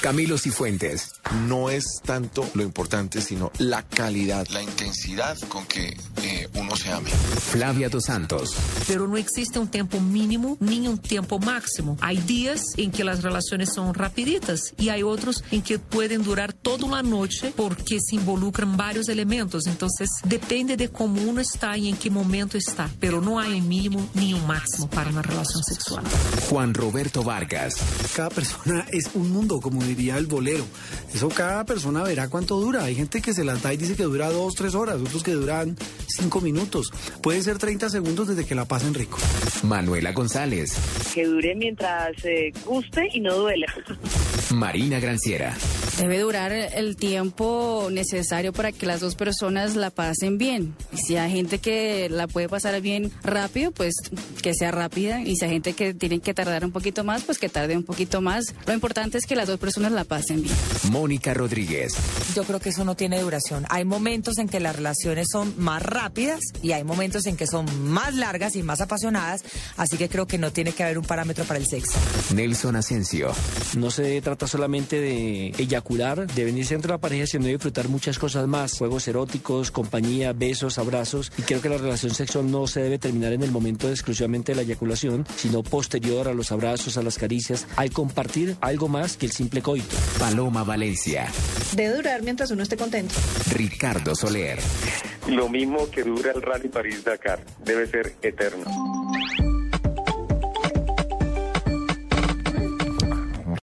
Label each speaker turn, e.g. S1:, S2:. S1: Camilo Cifuentes.
S2: No es tanto lo importante, sino la calidad, la intensidad con que eh, uno se ame.
S1: Flavia Dos Santos.
S3: Pero no existe un tiempo mínimo ni un tiempo máximo. Hay días en que las relaciones son rapiditas y hay otros en que pueden durar toda una noche porque se involucran varios elementos. Entonces depende de cómo uno está y en qué momento está. Pero no hay un mínimo ni un máximo para una relación sexual.
S1: Juan Roberto Vargas.
S4: Cada persona es un mundo, como diría el bolero. Eso cada persona verá cuánto dura. Hay gente que se las da y dice que dura dos, tres horas, otros que duran cinco minutos. Puede ser 30 segundos desde que la pasen rico.
S1: Manuela González.
S5: Que dure mientras eh, guste y no duele.
S1: Marina Granciera.
S6: Debe durar el tiempo necesario para que las dos personas la pasen bien. Si hay gente que la puede pasar bien rápido, pues que sea rápida. Y si hay gente que tienen que tardar un poquito más, pues que tarde un poquito más. Lo importante es que las dos personas la pasen bien.
S1: Mónica Rodríguez.
S7: Yo creo que eso no tiene duración. Hay momentos en que las relaciones son más rápidas y hay momentos en que son más largas y más apasionadas. Así que creo que no tiene que haber un parámetro para el sexo.
S1: Nelson Asensio.
S8: No se trata solamente de eyacular, de venirse entre la pareja, sino de disfrutar muchas cosas más. Juegos eróticos, compañía, besos, abrazos. Y creo que la relación sexual no se debe terminar en el momento de exclusivamente de la eyaculación, sino posterior a los abrazos, a las caricias, al compartir algo más que el simple coito.
S1: Paloma Valencia.
S9: Debe durar mientras uno esté contento.
S1: Ricardo Soler.
S10: Lo mismo que dura el Rally París-Dakar. Debe ser eterno.